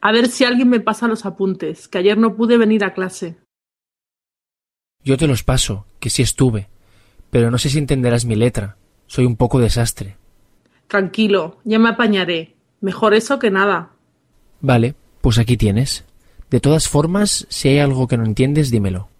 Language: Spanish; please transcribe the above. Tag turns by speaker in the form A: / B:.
A: A ver si alguien me pasa los apuntes, que ayer no pude venir a clase.
B: Yo te los paso, que sí estuve, pero no sé si entenderás mi letra. Soy un poco desastre.
A: Tranquilo, ya me apañaré. Mejor eso que nada.
B: Vale, pues aquí tienes. De todas formas, si hay algo que no entiendes, dímelo.